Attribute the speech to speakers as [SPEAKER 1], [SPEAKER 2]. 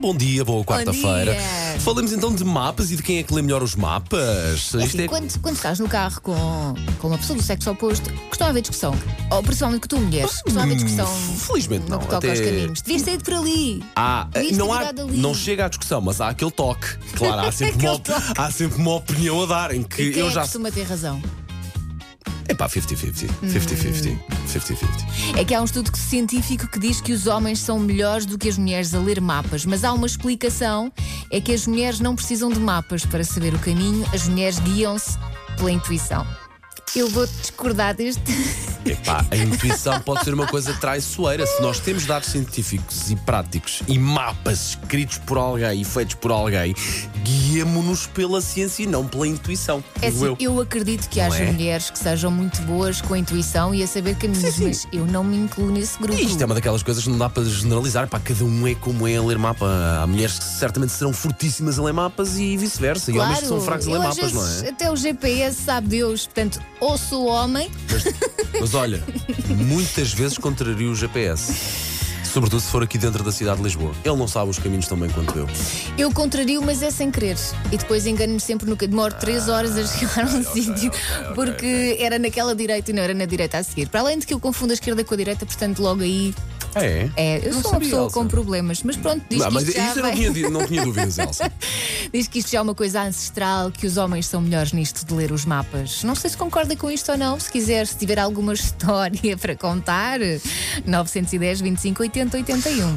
[SPEAKER 1] Bom dia, boa quarta-feira.
[SPEAKER 2] dia.
[SPEAKER 1] Falamos então de mapas e de quem é que lê melhor os mapas.
[SPEAKER 2] É
[SPEAKER 1] Isto
[SPEAKER 2] assim,
[SPEAKER 1] é-
[SPEAKER 2] quando, quando estás no carro com, com uma pessoa do sexo oposto, costuma haver discussão. Ou principalmente com tu, mulheres, costuma haver discussão.
[SPEAKER 1] Hum, felizmente não,
[SPEAKER 2] No que toca aos
[SPEAKER 1] até-
[SPEAKER 2] caminhos. Devias sair de por ali.
[SPEAKER 1] Ah,
[SPEAKER 2] Devias
[SPEAKER 1] não,
[SPEAKER 2] ter
[SPEAKER 1] há,
[SPEAKER 2] tirado ali.
[SPEAKER 1] não chega à discussão, mas há aquele toque. Claro, há sempre, uma,
[SPEAKER 2] Aquele toque.
[SPEAKER 1] há sempre uma opinião a dar em que
[SPEAKER 2] E quem
[SPEAKER 1] eu
[SPEAKER 2] é
[SPEAKER 1] já.
[SPEAKER 2] que costuma ter razão?
[SPEAKER 1] Epá, 50-50. 50-50. 50-50.
[SPEAKER 2] É que há um estudo científico que diz que os homens são melhores do que as mulheres a ler mapas, mas há uma explicação: é que as mulheres não precisam de mapas para saber o caminho, as mulheres guiam-se pela intuição. Eu vou discordar deste.
[SPEAKER 1] Epá, a intuição pode ser uma coisa traiçoeira. Se nós temos dados científicos e práticos e mapas escritos por alguém e feitos por alguém, guiamo-nos pela ciência e não pela intuição.
[SPEAKER 2] É assim,
[SPEAKER 1] Digo
[SPEAKER 2] eu. acredito que
[SPEAKER 1] Não
[SPEAKER 2] haja
[SPEAKER 1] é?
[SPEAKER 2] mulheres que sejam muito boas com a intuição e a saber caminhos,
[SPEAKER 1] Sim,
[SPEAKER 2] mas eu não me incluo nesse grupo.
[SPEAKER 1] E Isto é uma daquelas coisas que não dá para generalizar, pá, cada um é como é a ler mapa. Há mulheres que certamente serão fortíssimas a ler mapas e vice-versa. E homens que são fracos a ler
[SPEAKER 2] eu às
[SPEAKER 1] mapas, não
[SPEAKER 2] vezes
[SPEAKER 1] é?
[SPEAKER 2] Até o GPS sabe Deus, portanto, ou sou homem,
[SPEAKER 1] Mas olha, muitas vezes contraria o GPS. Sobretudo se for aqui dentro da cidade de Lisboa. Ele não sabe os caminhos tão bem quanto eu.
[SPEAKER 2] eu contrario, mas é sem querer. E depois engano-me sempre no que demoro três horas a chegar
[SPEAKER 1] Ah,
[SPEAKER 2] a um sítio, porque era naquela direita e não era na direita a seguir. Para além de que eu confundo a esquerda com a direita, portanto, logo aí
[SPEAKER 1] É?
[SPEAKER 2] é, eu
[SPEAKER 1] Não
[SPEAKER 2] sou uma
[SPEAKER 1] sabia,
[SPEAKER 2] pessoa
[SPEAKER 1] Elsa.
[SPEAKER 2] com problemas, mas pronto, diz
[SPEAKER 1] Não,
[SPEAKER 2] que
[SPEAKER 1] mas
[SPEAKER 2] isto
[SPEAKER 1] isso
[SPEAKER 2] já
[SPEAKER 1] eu
[SPEAKER 2] vai-
[SPEAKER 1] não tinha, di- não tinha dúvidas, Elsa.
[SPEAKER 2] Diz que isto já é uma coisa ancestral, que os homens são melhores nisto de ler os mapas. Não sei se concorda com isto ou não. Se quiser, se tiver alguma história para contar, 910 25 80 81.